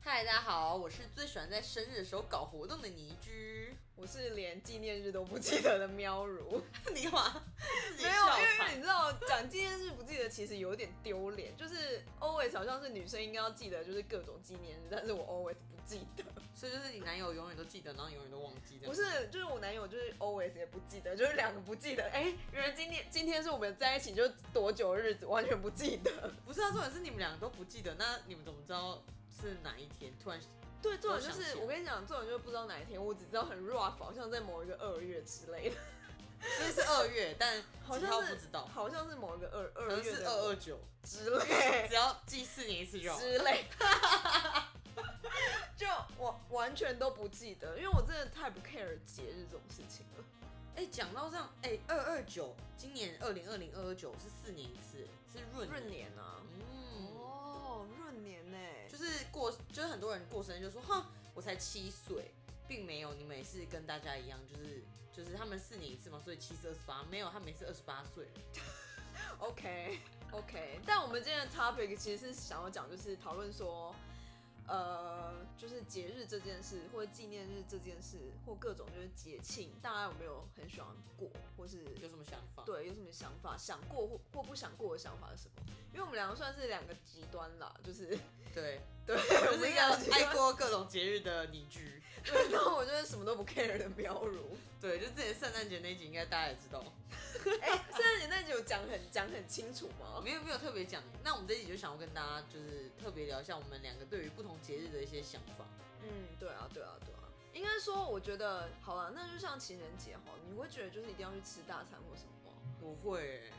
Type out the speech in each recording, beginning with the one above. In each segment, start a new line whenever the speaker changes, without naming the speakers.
嗨，大家好，我是最喜欢在生日的时候搞活动的倪居。
我是连纪念日都不记得的喵 如，
你嘛， 自己
没有，
笑
因为
惨
你知道讲纪念日不记得其实有点丢脸，就是 always 好像是女生应该要记得就是各种纪念日，但是我 always 不记得，
所以就是你男友永远都记得，然后永远都忘记这
不
样。
是，就是我男友就是 always 也不记得，就是两个不记得，哎、原来今天今天是我们在一起就多久的日子，完全不记得，
不是啊，重点是你们两个都不记得，那你们怎么知道是哪一天？突然
对，这种
都
就
想起
是
来
我跟你讲，这种就是不知道哪一天，我只知道很 rough，好像在某一个二月之类的，
这是二月，但
好
几
像
号
是
不知道，
好像是某一个二
可
二
能
月
是
的
二二九，
之类
只。要记四年一次就好。
之类的，就我完全都不记得，因为我真的太不 care 节日这种事情了。
哎、讲到这样，哎、二二九，今年二零二零二二九是四年一次，是闰
闰，年啊，
嗯，
哦，闰年呢、
就是过，就是很多人过生日就说，哼，我才七岁，并没有，你们也是跟大家一样，就是就是他们四年一次嘛，所以七是二十八，没有，他们也是二十八岁。
OK OK，但我们今天的 topic 其实是想要讲，就是讨论说，呃，就是节日这件事，或者纪念日这件事，或各种就是节庆，大家有没有很喜欢过，或是
有什么想法？，
对，有什么想法？想过或或不想过的想法是什么？因为我们两个算是两个极端啦，就是
对，
对，
就
我
是
们
一个
极
爱
端。
过各种节日的邻居。
对， 然后我就是什么都不 care 的苗如。
对，就之前圣诞节那一集，应该大家也知道，
哎、现在你那集有讲很讲很清楚吗？
没有没有特别讲。那我们这一集就想要跟大家就是特别聊一下我们两个对于不同节日的一些想法。
嗯，对啊，对啊，对啊。应该说，我觉得好了，那就像情人节哈，你会觉得就是一定要去吃大餐或什么吗？
我会、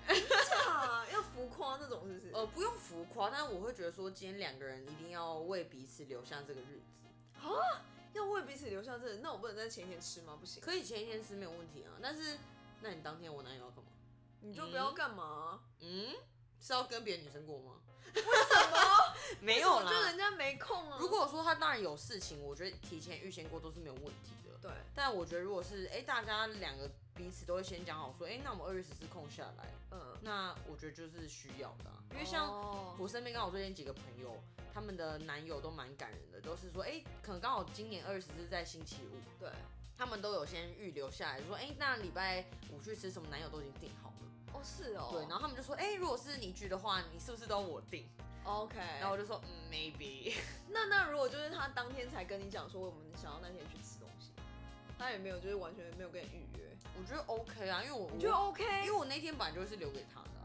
啊，要浮夸那种是不是？
呃，不用浮夸，但我会觉得说，今天两个人一定要为彼此留下这个日子。
啊要为彼此留下这，那我不能在前一天吃吗？不行，
可以前一天吃没有问题啊，但是那你当天我男友要干嘛？
你就不要干嘛？
嗯，是要跟别的女生过吗？为什么？ 嗯没有
我就
啦。
人家没空啊。
如果说他当然有事情，我觉得提前预先过都是没有问题的。
对，
但我觉得如果是哎、诶大家两个彼此都会先讲好说，哎、那我们二月十四空下来，
嗯，
那我觉得就是需要的啊、因为像
哦
我身边刚好最近几个朋友，他们的男友都蛮感人的，都是说，哎、可能刚好今年二十是在星期五，
对，哦
他们都有先预留下来，说，哎、那礼拜五去吃什么，男友都已经定好了。
哦是哦，
对，然后他们就说，哎、如果是你去的话，你是不是都我定？
哦 OK，
然后我就说，嗯，maybe。
那那如果就是他当天才跟你讲说我们想要那天去吃东西，他也没有就是完全没有跟你预约，
我觉得 OK 啊，因为我
你觉得
我
OK？哦
因为我那天本来就是留给他的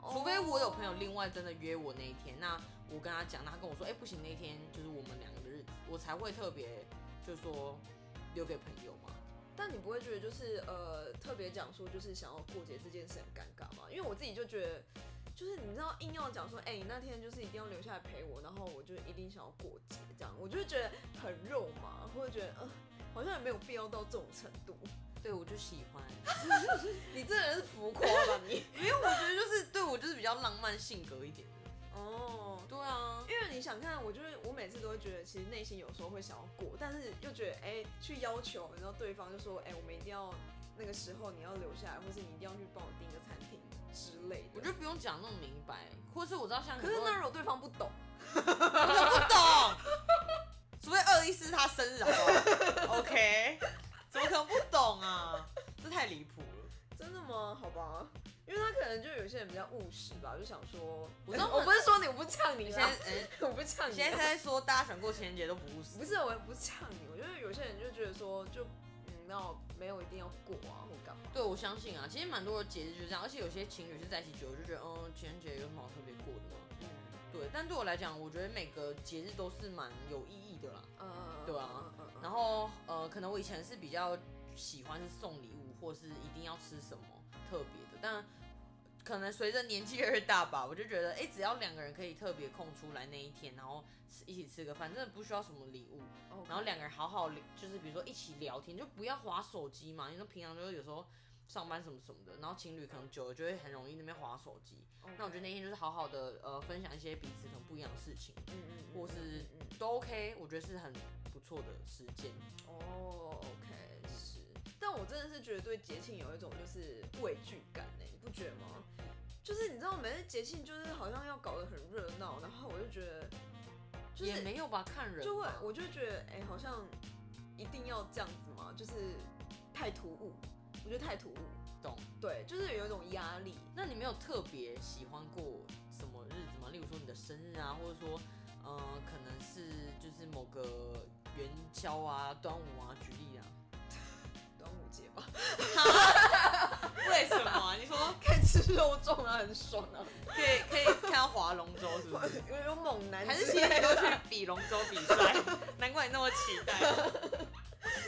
啊、除非我有朋友另外真的约我那一天，那我跟他讲，那他跟我说，哎、不行，那天就是我们两个的日子，我才会特别就是说留给朋友嘛。
但你不会觉得就是呃特别讲说就是想要过节这件事很尴尬吗？因为我自己就觉得。就是你知道硬要讲说，哎、你那天就是一定要留下来陪我，然后我就一定想要过节，这样我就会觉得很肉麻，或者觉得呃好像也没有必要到这种程度。
对，我就喜 欢，
你这人是浮夸吧 你？
因为我觉得就是对我就是比较浪漫性格一点的。
哦，
对啊，
因为你想看，我就是我每次都会觉得，其实内心有时候会想要过，但是又觉得哎、去要求，然后对方就说哎、我们一定要那个时候你要留下来，或是你一定要去帮我订一个餐厅之类
我
的。
觉得不用讲那么明白，或是我知道像
可是那
那
如果对方不懂，
不懂， 除非二一四他生 日好不好，OK，怎么可能不懂啊？这太离谱了。
真的吗？好吧，因为他可能就有些人比较务实吧，就想说，
我 知道
我不是说你，我不呛你
你
啦，
现在，哎、
我不呛
你
你
现在
啊，
在说大家想过情人节都不务实
不，是我不呛你，我觉得有些人就觉得说就嗯，那我没有一定要过啊，或干嘛。
对我相信啊，其实蛮多的节日就是这样，而且有些情侣是在一起久了就觉得，嗯，情人节有什么好特别过的吗？对，但对我来讲，我觉得每个节日都是蛮有意义的啦。
嗯，
对啊
嗯，嗯嗯
然后呃，可能我以前是比较喜欢是送礼物，或是一定要吃什么特别的，但可能随着年纪越来越大吧，我就觉得，哎、只要两个人可以特别空出来那一天，然后吃一起吃个饭，真的不需要什么礼物，
OK
然后两个人好好聊就是比如说一起聊天，就不要划手机嘛，因为平常就是有时候。上班什么什么的，然后情侣可能久了就会很容易那边划手机。
嗯
那我觉得那天就是好好的呃分享一些彼此可能不一样的事情，
嗯嗯嗯
或是都 OK，我觉得是很不错的时间。
哦，OK，是。但我真的是觉得对节庆有一种就是畏惧感呢，你不觉得吗？就是你知道每次节庆就是好像要搞得很热闹，然后我就觉得就
也
是
没有吧，看人
就会
吧
我就会觉得，哎、好像一定要这样子嘛，就是太突兀，我觉得太突兀，
懂。
对，就是有一种压力。
那你没有特别喜欢过什么日子吗？例如说你的生日啊，或者说，呃，可能是就是某个元宵啊、端午啊，举例啊。
端午节吧，
为什么啊？你说
可以吃肉粽啊，很爽啊。
可以可以看到划龙舟是不是？
有有猛 男
还是
之
其
类
实
的，
你都去比龙舟比赛，难怪你那么期待。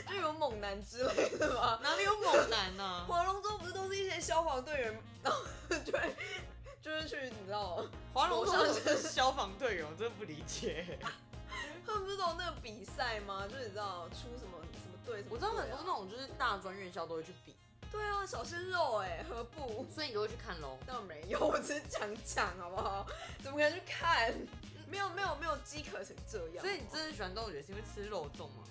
就有猛男之类的吧。
哪里有猛男呢、啊？
划龙舟不是都是一些消防队员，然后 就会就是去，你知道，
划龙舟是消防队员，我真的不理解。
他们不是都有那个比赛吗？就是你知道出什么什么队，什么队啊
我知道很多那种就是大专院校都会去比，
对啊，小鲜肉哎、何不？
所以你都会去看喽。
倒没有，我只是讲讲好不好？怎么可能去看？没有没有没有饥渴成这样。哦
所以你真的喜欢端午节是因为吃肉粽吗？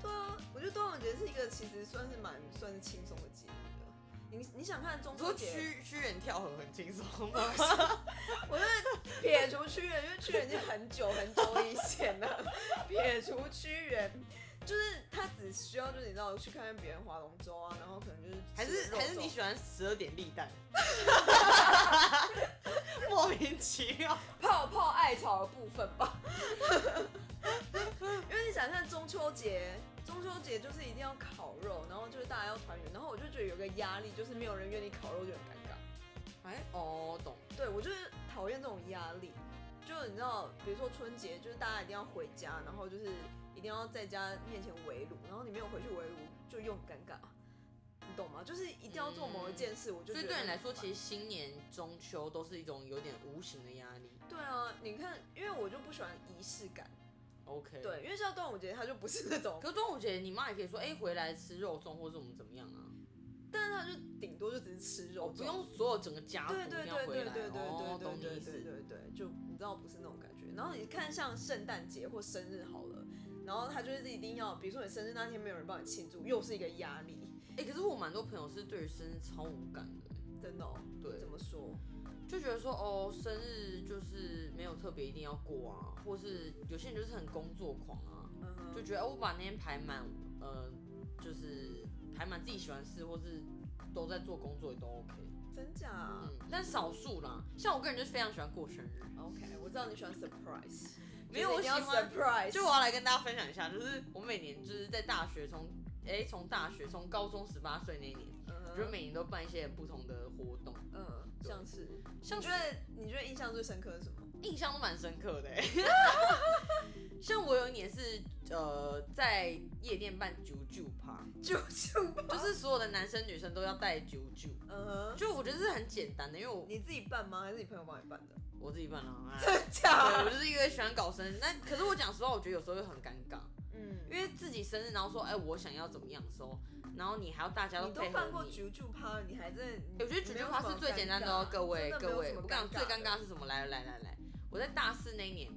对啊，我觉得端午节是一个其实算是蛮算是轻松的节日的。你你想看中
你
秋
说
节，
屈屈原跳河很轻松吗？
我觉得撇除屈原，因为屈原已经很久很久以前 了。撇除屈原，就是他只需要就是你知道去看看别人划龙舟啊，然后可能就是
还
吃
是
肉粽
还是你喜欢十二点立蛋？ 莫名其妙。
泡泡艾草的部分吧。 因为你想看中秋节，中秋节就是一定要烤肉，然后就是大家要团圆，然后我就觉得有个压力，就是没有人愿意烤肉就很尴尬。
哎，哦，懂。
对我就是讨厌这种压力，就你知道，比如说春节，就是大家一定要回家，然后就是一定要在家面前围炉，然后你没有回去围炉就又很尴尬，你懂吗？就是一定要做某一件事，我就
嗯所以
觉得
对你
很
来说，
烦
其实新年、中秋都是一种有点无形的压力。
对啊，你看，因为我就不喜欢仪式感，
OK。。
对，因为像端午节它就不是那种
可是端午节，你妈也可以说，哎、回来吃肉粽，或者我们怎么样啊？
但是他就顶多就只是吃
我
肉，
哦不。用所有整个家族
对
一
对
定要
对
回
对
来
对对
哦，
对
懂你
对
意
对
思。
对对，就你知道不是那种感觉。然后你看像圣诞节或生日好了，然后他就是一定要，比如说你生日那天没有人帮你庆祝，又是一个压力，
哎、可是我蛮多朋友是对于生日超无感的，
真的、哦。
对
怎么说？
就觉得说哦，生日就是没有特别一定要过啊，或是有些人就是很工作狂啊，
嗯哼，
就觉得、哦我把那天排满，呃，就是排满自己喜欢的事，或是都在做工作也都 OK。
真假、
嗯，但少数啦，像我个人就是非常喜欢过生日。
o k 我知道你喜欢 surprise，
没有
就是一定要
我喜欢
surprise，
就我要来跟大家分享一下，就是我每年就是在大学从哎从大学从高中十八岁那一年，
嗯
我
哼
就每年都办一些不同的活动，
嗯，像是，
像
你觉得你觉得印象最深刻是什么？
印象都蛮深刻的、欸。像我有一年是呃在夜店办九九趴，
就就
就是所有的男生女生都要带九九，
嗯哼，
就我觉得是很简单的，因为我
你自己办吗？还是你朋友帮你办 的？
我自己办了、啊。
真
对，
假
我？就是一个喜欢搞生日，那可是我讲实话，我觉得有时候会很尴尬，
嗯，
因为自己生日，然后说，哎、我想要怎么样的时候，然后你还要大家都
你
配合
都
你。
办过九九趴，你还在？
我觉得举
没
球
有
趴
什么
是最简单的哦
尴，尬
各位
真的没
各
有
位，
什么
我跟你讲最尴尬
的。
是什么？来来来来，我在大四那一年，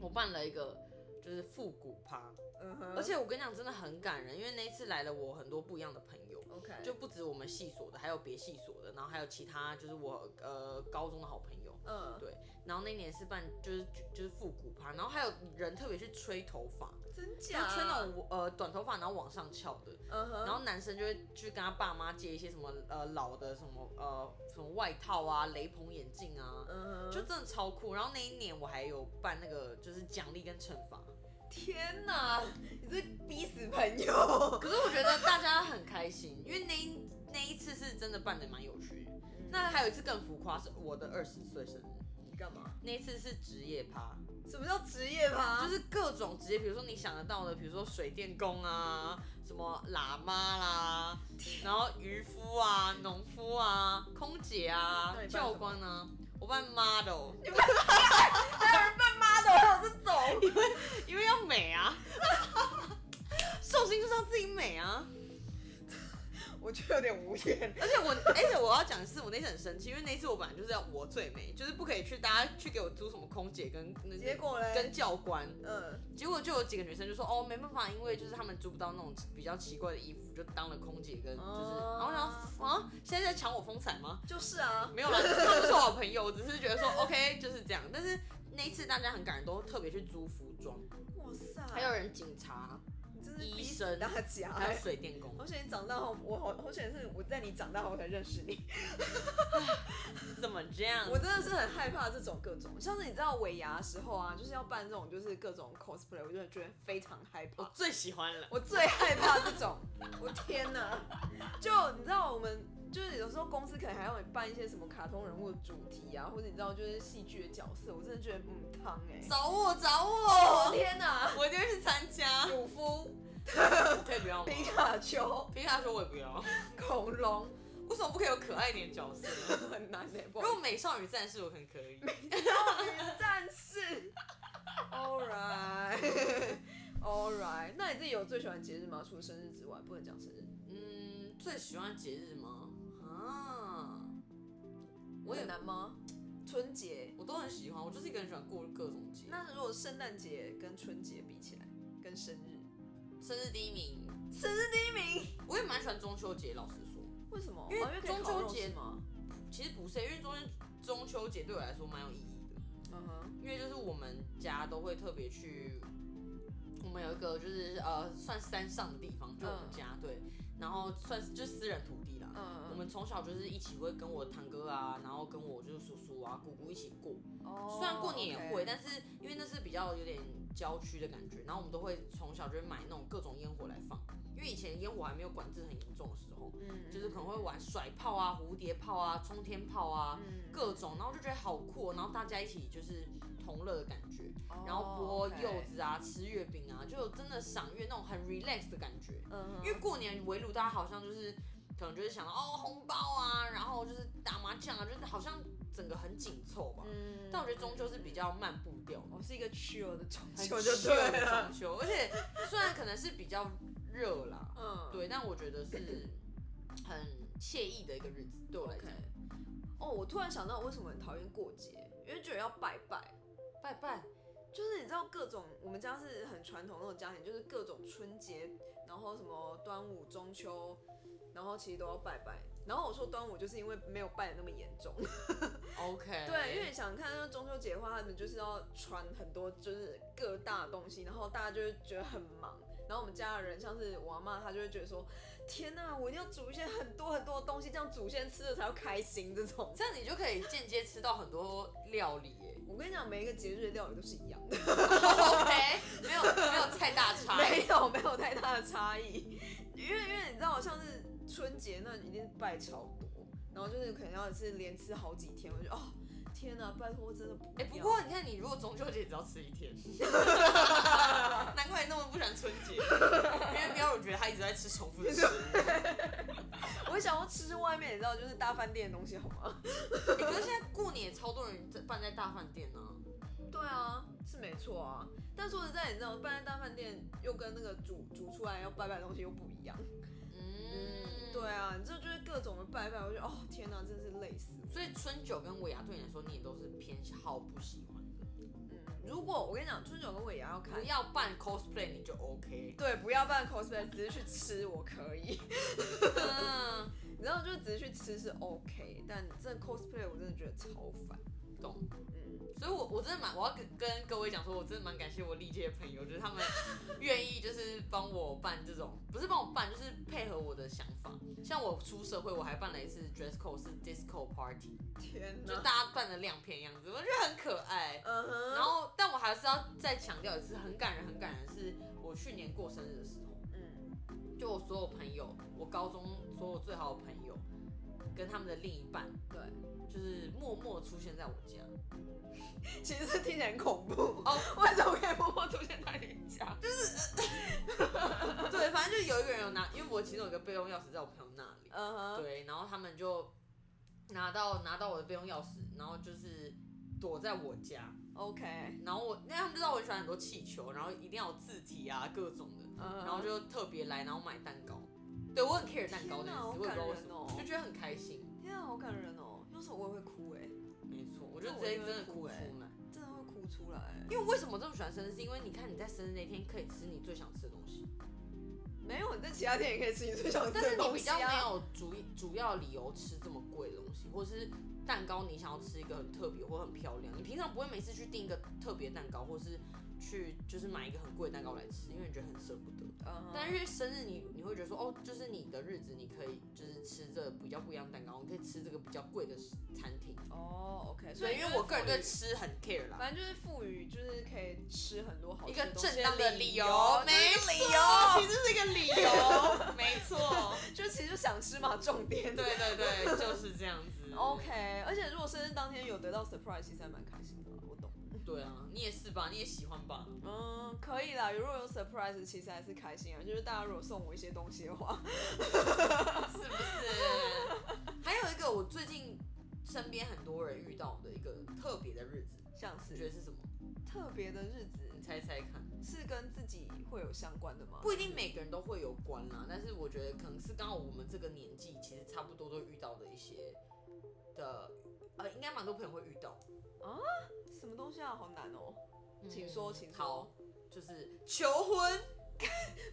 我办了一个就是复古趴，
嗯哼，
而且我跟你讲真的很感人，因为那一次来了我很多不一样的朋友。
OK，
就不止我们系所的，还有别系所的，然后还有其他就是我呃高中的好朋友，
嗯，
对。然后那年是办就是就是复古趴，然后还有人特别去吹头发，
真
就
假？啊
是吹那种呃短头发然后往上翘的，
嗯哼，
然后男生就会去跟他爸妈借一些什么呃老的什么呃什么外套啊、雷朋眼镜啊，
嗯哼，
就真的超酷。然后那一年我还有办那个就是奖励跟惩罚，
天哪，你这逼死朋 友。
可是我觉得大家很开 心，因为那一那一次是真的办的蛮有趣的。
嗯
那还有一次更浮夸，是我的二十岁生日，
你干嘛？
那一次是职业趴，
什么叫职业趴？
就是各种职业，比如说你想得到的，比如说水电工啊，什么喇嘛啦，然后渔夫啊、农夫啊、空姐啊
那、你扮什么
教官啊，我扮 model，
妈的，还有这种，
因为要美啊， 寿星就是要自己美啊。
我觉得有点无言。
而且我，而且我要讲的是，我那次很生气，因为那次我本来就是要我最美，就是不可以去大家去给我租什么空姐跟那
结果嘞
跟教官，
嗯，
结果就有几个女生就说哦没办法，因为就是他们租不到那种比较奇怪的衣服，就当了空姐跟就是，
哦
然后然后啊现在在抢我风采吗？
就是 啊，
没有啦，他们是我好朋友，我只是觉得说 OK 就是这样。但是那一次大家很感人，都特别去租服装，
哇塞，
还有人警察，
你真是
医
逼死
生
大家、
还有
欸。
水电工。
好险你长大后， 我好好险是我在你长大后才认识你。
怎么这样？
我真的是很害怕这种各种，像是你知道尾牙的时候啊，就是要办这种就是各种 cosplay，我就觉得非常害
我
怕。
最喜欢了。
我最害怕这种，我天哪！就你知道我们。就是有时候公司可能还要办一些什么卡通人物的主题啊，或者你知道就是戏剧的角色，我真的觉得嗯汤哎、
找我，找
哦
我！
天哪！
我一定会去参加。
鲁夫、
可以不要吗？
皮卡丘、
皮卡说我也不要。
恐龙
为什么不可以有可爱一点的角色？
很难哎、欸，不
如
好意
果美少女战士，我可能可以。
思战士。All right, all right。那你自己有最喜欢的节日吗？除了生日之外，不能讲生日，
嗯，最喜欢节日吗？啊，我
很
也
难吗？春节。
我都很喜欢，我就是一个很喜欢过各种节。
那如果圣诞节跟春节比起来，跟生日，
生日第一名，
生日第一名，
我也蛮喜欢中秋节。老实说，
为什么？
因为
哦可以
中
烤
秋
肉
节
是吗？
其实不是，因为中间中秋节对我来说蛮有意义的，
嗯哼，
因为就是我们家都会特别去，我们有一个就是呃算山上的地方，就我们
嗯
家、对，然后算是就是私人土地啦。
嗯，
我们从小就是一起会跟我堂哥啊，然后跟我就是叔叔啊、姑姑一起过，
哦，
虽然过年也会
OK
但是因为那是比较有点郊区的感觉，然后我们都会从小就会买那种各种烟火来放，因为以前烟火还没有管制很严重的时候，
嗯，
就是可能会玩甩炮啊、蝴蝶炮啊、冲天炮啊，
嗯，
各种，然后就觉得好酷、哦，然后大家一起就是同乐的感觉，
哦
然后剥
OK
柚子啊、吃月饼啊，就真的赏月那种很 relax 的感觉。
嗯哼，
因为过年围炉，大家好像就是可能就是想到哦红包啊，然后就是打麻将啊，就是好像整个很紧凑吧。
嗯
但我觉得中秋是比较慢步调的，
我是一个 chill 的中
很
秋就
chill
对
的
了
中，秋，而且虽然可能是比较热啦，
嗯，
对，但我觉得是很惬意的一个日子，对我来讲
OK。哦，我突然想到，为什么很讨厌过节，因为觉得要拜拜，
拜拜，
就是你知道各种，我们家是很传统那种家庭，就是各种春节，然后什么端午、中秋，然后其实都要拜拜。然后我说端午，就是因为没有拜的那么严重。
OK，
对，因为想看，就是中秋节的话，他们就是要传很多就是各大的东西，然后大家就会觉得很忙。然后我们家的人，像是我阿妈，她就会觉得说：“天呐，我一定要煮一些很多很多的东西，这样祖先吃了才要开心。”这种，
这样你就可以间接吃到很多料理耶。
我跟你讲，每一个节日的料理都是一样的，
OK，没有没有太大差，
没有没有太大的差异。因为因为你知道，像是春节那一定拜超多，然后就是可能要是连吃好几天，我就哦天呐，拜托真的不
哎、
要
不过你看，你如果中秋节只要吃一 天，难怪你那么不喜欢春节，因为喵我觉得他一直在吃重复的 哎食物。
我想要吃外面，你知道，就是大饭店的东西好吗？
欸可是现在过年也超多人在办在大饭店呢、
对啊，是没错啊。但说实在，你知道，办在大饭店又跟那个煮煮出来要拜拜的东西又不一样。
嗯，
对。啊，你这就是各种的拜拜，我觉得哦天哪，真是累死我。
所以春酒跟尾牙对你来说，你也都是偏好不喜欢的。
嗯，如果我跟你讲，春酒跟尾牙要看
不，要办 cosplay 你就 OK。
对，不要办 cosplay，只是去吃我可以。
嗯，
你知道，就是只是去吃是 OK，但这 cosplay 我真的觉得超烦。
懂。
嗯，
所以我，我真的蛮，我要跟跟各位讲说，我真的蛮感谢我历届的朋友，就是他们愿意就是帮我办这种，不是帮我办，就是配合我的想法。像我出社会，我还办了一次 dress code 是 disco party，
天
就
哪。
大家扮的亮片样子，我觉得很可爱。
嗯哼。
然后，但我还是要再强调一次，很感人，很感人，是我去年过生日的时候，
嗯，
就我所有朋友，我高中所有最好的朋友，跟他们的另一半，
对，
就是默默出现在我家。
其实是听起来很恐怖。
哦，
为什么可以默默出现在你家？
对，反正就有一个人有拿，因为我其中有一个备用钥匙在我朋友那里，
嗯哼，
对，然后他们就拿到拿到我的备用钥匙，然后就是躲在我家，
OK，
然后我那他们知道我喜欢很多气球，然后一定要有字体啊各种的，
然
然后就特别来，然后买蛋糕，对我很 care 蛋糕这件
天哪
事，
好
我也不知道为什
感人
么
哦，
就觉得很开心，
天啊，好感人哦！要是我也会哭哎、
没错，我就
那
直
我
接
就
真
会
的
哭
哭出
欸
来。
真的会哭出来、
因为为什么这么喜欢生日？是因为你看你在生日那天可以吃你最想吃的东西，
没有，你在其他店也可以吃你最想吃
但是
的
你
呃东
比
西
较没
啊。
有主主要理由吃这么贵的东西，或是蛋糕你想要吃一个很特别或很漂亮，你平常不会每次去订一个特别蛋糕，或是去就是买一个很贵的蛋糕来吃，因为你觉得很舍不得。
嗯
但是生日你你会觉得说，哦，就是你的日子，你可以就是吃这比较不一样的蛋糕，你可以吃这个比较贵的餐厅。
哦，OK，所
所以
以
因为我个人对
对，
吃很 care 啦，
反正就是赋予，就是可以吃很多好
一
吃
个
的东西
正当的理
理
由，没
就是理
错其
由，
实是一个理由，没错。
就其实就想吃嘛，重 点。
对对对，就是这样子。
OK，而且如果生日当天有得到 surprise，其实还蛮开心的啦，我懂。
对啊，你也是吧？你也喜欢 吧？
嗯，可以啦，如果有 surprise，其实还是开心啊。就是大家如果送我一些东西的话，
是 不是？还有一个我最近身边很多人遇到的一个特别的日子，
像
你觉得
是
是什么？
特别的日
你
子，
猜猜看。
是跟自己会有相关的吗？
不一定每个人都会有关啦，但是我觉得可能是刚好我们这个年纪，其实差不多都遇到的一些的，呃，应该蛮多朋友会遇到。
什么东西啊，好难哦、
嗯
请说请说
好，就是求婚，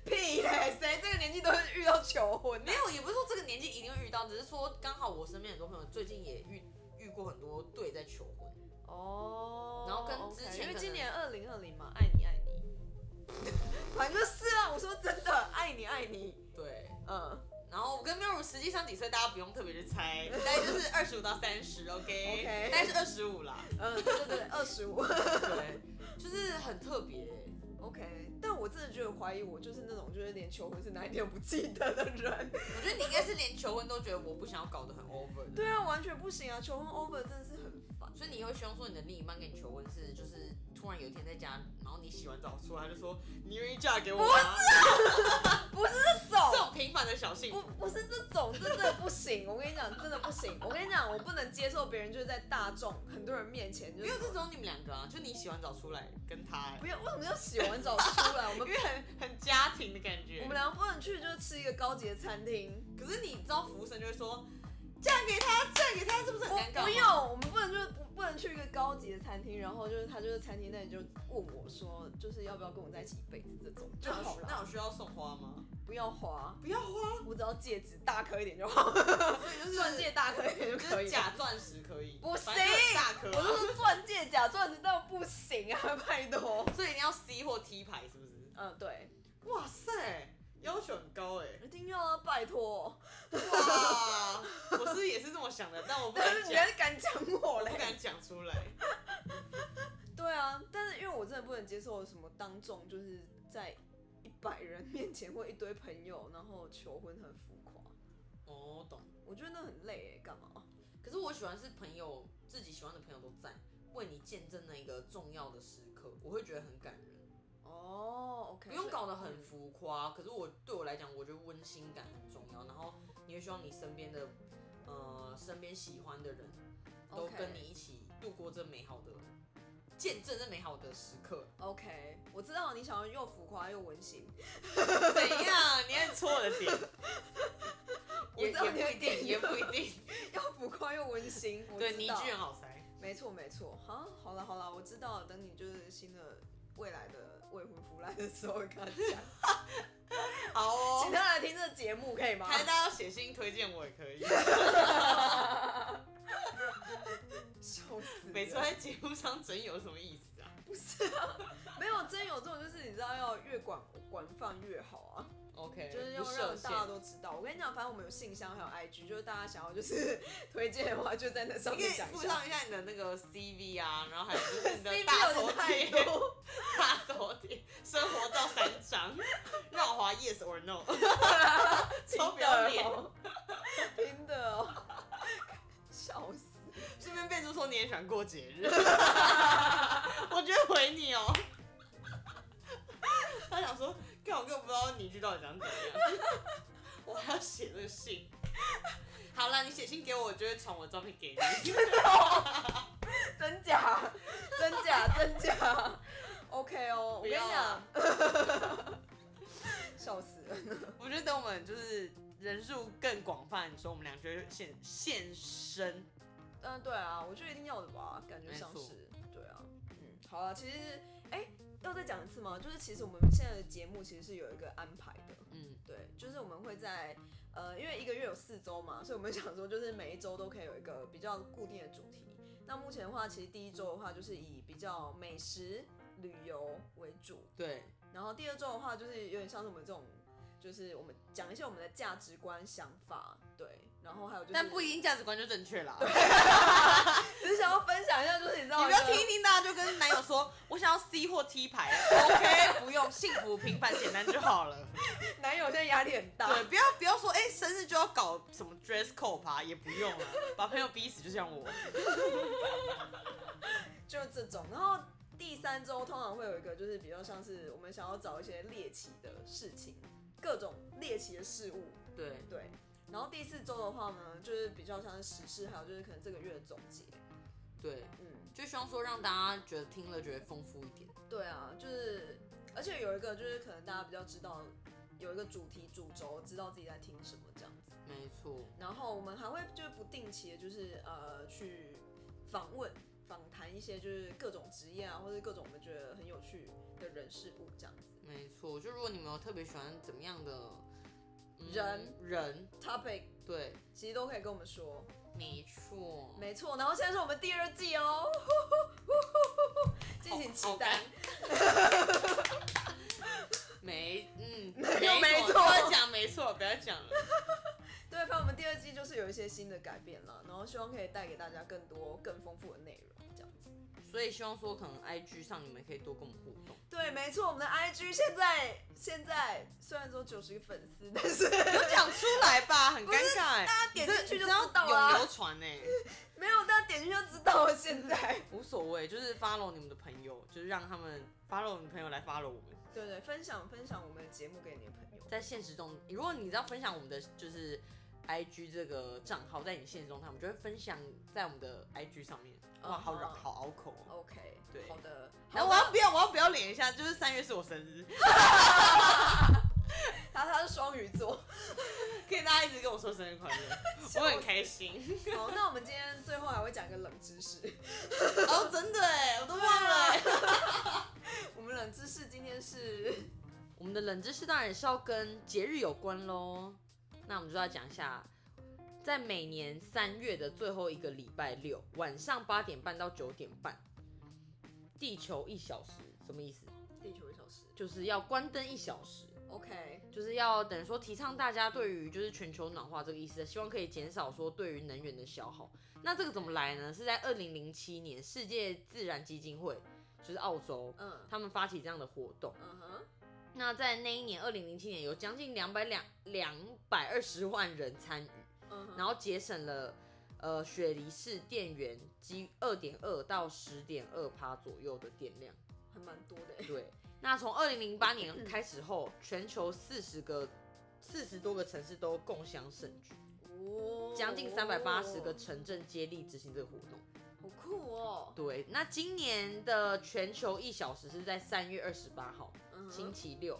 屁嘞、谁这个年纪都会遇到求婚
没有，也不是说这个年纪一定会遇到，只是说刚好我身边很多朋友最近也遇遇过很多对在求婚。
哦
然后跟
OK，
之前
因为
可
今
能
年二零二零嘛，爱你爱你， 反正就是啊，我说真的，爱你爱你，
对，
嗯
然后我跟妙如实际上几岁，大家不用特别去猜，大概 就是二十五到三十，OK，
OK
大概是二十五啦。
嗯，对对对，二十五
对，就是很特别、
，OK，但我真的觉得怀疑我就是那种就是连求婚是哪一天不记得的人，
我觉得你应该是连求婚都觉得我不想要搞得很 over 的，
对啊，完全不行啊，求婚 over 真的是很烦，
所以你会希望说你的另一半跟你求婚是就是突然有一天在家，然后你洗完澡出来就说你愿意嫁给我吗？
走
这种平凡的小幸
不
福，
不是这种，这真的不行。我跟你讲，真的不行。我跟你讲，我不能接受别人就是在大众很多人面前就
没有，
是
这只有你们两个啊，就你洗完澡出来跟他、
不要为什么要洗完澡出来？我们
因为很很家庭的感觉。
我们两个不能去就是吃一个高级的餐厅。
可是你知道服务生就会说嫁给他，嫁给他，是不是很尴尬吗？
不用，我们不能就是不不能去一个高级的餐厅，然后就是他就是餐厅那里就问我说，就是要不要跟我在一起一辈子这种就
那
好
有那
了，
有需要送花吗？
不要花，
不要花，
我只要戒指大颗一点就 好，
所以就是
钻戒大颗一点
就
就可以
是
了。
假钻石可啊以，
不
反正就很
行
大颗
我
啊、
就说钻戒假钻石，但不行啊，拜托。
所以一定要 C 或 T 牌，是不是？
嗯，对。
哇塞，要求很高哎、
一定要啊，拜托！
哇， 我是也是这么想的，但我不
但
敢
是你
讲，
还敢讲我
我
嘞
不？敢讲出来。
对啊，但是因为我真的不能接受什么当众就是在一百人面前或一堆朋友，然后求婚很浮夸，
哦，我懂。
我觉得那很累哎、干嘛？
可是我喜欢是朋友自己喜欢的朋友都在，为你见证那一个重要的时刻，我会觉得很感人。
哦，OK，
不用搞得
所
很
以
浮夸，可是我对我来讲，我觉得温馨感很重要。然后你会希望你身边的，呃，身边喜欢的人都
OK
跟你一起度过这美好的，见证这美好的时 刻。
OK，我知道你想要又浮夸又温馨，
怎样？你按错了点，
我
也
知道
也不
你的
一定，
点
也不一定。
要浮夸又温馨， 我
对，
知
你一
道
句，很好猜。
没错没错，好，好了好了，我知道了，等你就是新的未来的未婚夫来的时候，跟他讲，
好 哦，
请他来听这个节目可以吗？
台大要写信推荐我也 可以。
笑死！
每次在节目上整有什么意思啊？
不是啊，没有真有这种，就是你知道要越广广泛越好啊，
OK，
就是要
不设
让大家
限。
都知道。我跟你讲，反正我们有信箱还有 IG，就是大家想要就是推荐的话，就在那上
你可
面
以
讲一
附
下。
上一下你的那个 CV 啊，然后还有 就是你的
CP
大
有
头
点太
贴、
多，
大头贴、生活照三张，让我滑 yes or no，超不要脸。
真的哦， 笑死！
顺便备注说你也喜欢过节日， 我觉得回你哦。 他想说，看我根本不知道你一句到底想怎样， 我还要写这个信。好啦，你写信给我，我就会传我照片给你。
真假，真假，真假。OK 哦，我
不
跟你
要
讲
啊，
笑死了。
我觉得等我们就是人数更广泛的时候，我们俩就会现现身。
嗯，对啊，我觉得一定要的吧，感觉像
没错
是，对啊，嗯，好啊，其实，哎、要再讲一次吗？就是其实我们现在的节目其实是有一个安排的，
嗯，
对，就是我们会在呃，因为一个月有四周嘛，所以我们想说就是每一周都可以有一个比较固定的主题。那目前的话，其实第一周的话就是以比较美食、旅游为主，
对，
然后第二周的话，就是有点像是我们这种，就是我们讲一些我们的价值观、想法，对，然后还有就是，
但不一定价值观就正确啦。
只是想要分享一下，就是你知道，
你不要听一听，大家就跟男友说，我想要 C 或 T 牌，OK，不 用，幸福平凡简单就好了。
男友现在压力很大，
对，不要不要说，哎、生日就要搞什么 dress code 吧，也不用 了，把朋友逼死，就像我。
就是这种。然后第三周通常会有一个，就是比较像是我们想要找一些猎奇的事情，各种猎奇的事物，
对，
对。然后第四周的话呢，就是比较像是时事，还有就是可能这个月的总结，
对，
嗯。
就希望说让大家觉得听了觉得丰富一点。
对啊，就是，而且有一个就是可能大家比较知道有一个主题主轴，知道自己在听什么这样子。
没错，
然哦后我们还会就是不定期的，就是呃去访问、访谈一些就是各种职业啊，或者各种我们觉得很有趣的人事物这样子。
没错。就如果你们有特别喜欢怎么样的、嗯
人
人，
Topic
对，
其实都可以跟我们说，
没错，
没错。然后现在是我们第二季哦， 呼呼呼呼呼敬请期待。
没，嗯，
有没错
不要讲没错，不要讲了。
对，反正我们第二季就是有一些新的改变了，然后希望可以带给大家更多更丰富的内容这样子。
所以希望说，可能 IG 上你们可以多跟我们互动，
对，没错，我们的 IG 现在现在虽然说九十个粉丝，但是
都讲出来吧，很尴尬哎、
大家点进去就知道
有
啊
流，传哎、
没有大家点进去就知道了。现在，
无所谓，就是 follow 你们的朋友，就是让他们 follow 你的朋友来 follow 我们。
对对，分享分享我们的节目给你的朋友。
在现实中，如果你要分享我们的就是 IG 这个账号，在你现实中，他们就会分享在我们的 IG 上面。哇，好绕，
嗯
好啊拗口哦。
OK，
对
好的，
然
好
后我要不要，我要不要脸一下？就是三月是我生日，
他他是双鱼座。
可以大家一直跟我说生日快乐， 我很开心。
好，那我们今天最后还会讲一个冷知 识，
哦，真的哎，我都忘了哎。
我们冷知识今天是
我们的冷知识当然也是要跟节日有关喽。那我们就要讲一下，在每年三月的最后一个礼拜六晚上八点半到九点半，地球一小时什么意思？
地球一小时。
就是要关灯一小时，
OK，
就是要等于说提倡大家对于就是全球暖化这个意思，希望可以减少说对于能源的消耗。那这个怎么来呢？是在二零零七年世界自然基金会，就是澳洲，呃
嗯
他们发起这样的活动。
嗯哼，
那在那一年，二零零七年有将近两百两两百二十万人参与，
嗯哼，
然后节省了呃雪梨市电源机二点二到十点二趴左右的电量。
还蛮多的欸。
对，那从二零零八年开始后，全球四十个四十多个城市都共襄盛举，
哦
将近三百八十个城镇接力执行这个活动。
好酷哦。
对，那今年的全球一小时是在三月二十八号
嗯哼
星期六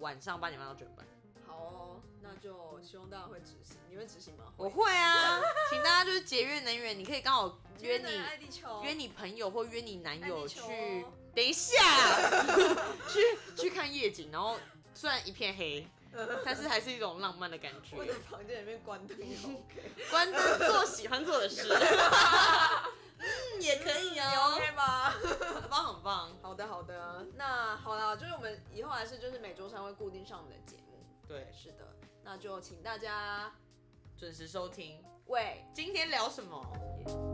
晚上八点半到九点半。
好哦，那就希望大家会执行。你会执行吗？
我会啊，请大家就是节约能源，你可以刚好约
今天的爱
你
地球，
约你朋友或约你男友去
爱地球哦，
等一下， 去去看夜景，然后虽然一片黑，但是还是一种浪嗯漫的感觉
我。在房间里面关灯也 OK，
关灯做喜欢做的 事，嗯，也可以哦，
OK 吧？
很棒很棒。
好的好的，那好啦，就是我们以后还是就是每周三会固定上我们的节目。
对，
是的，那就请大家
准时收听，
喂。
今天聊什么？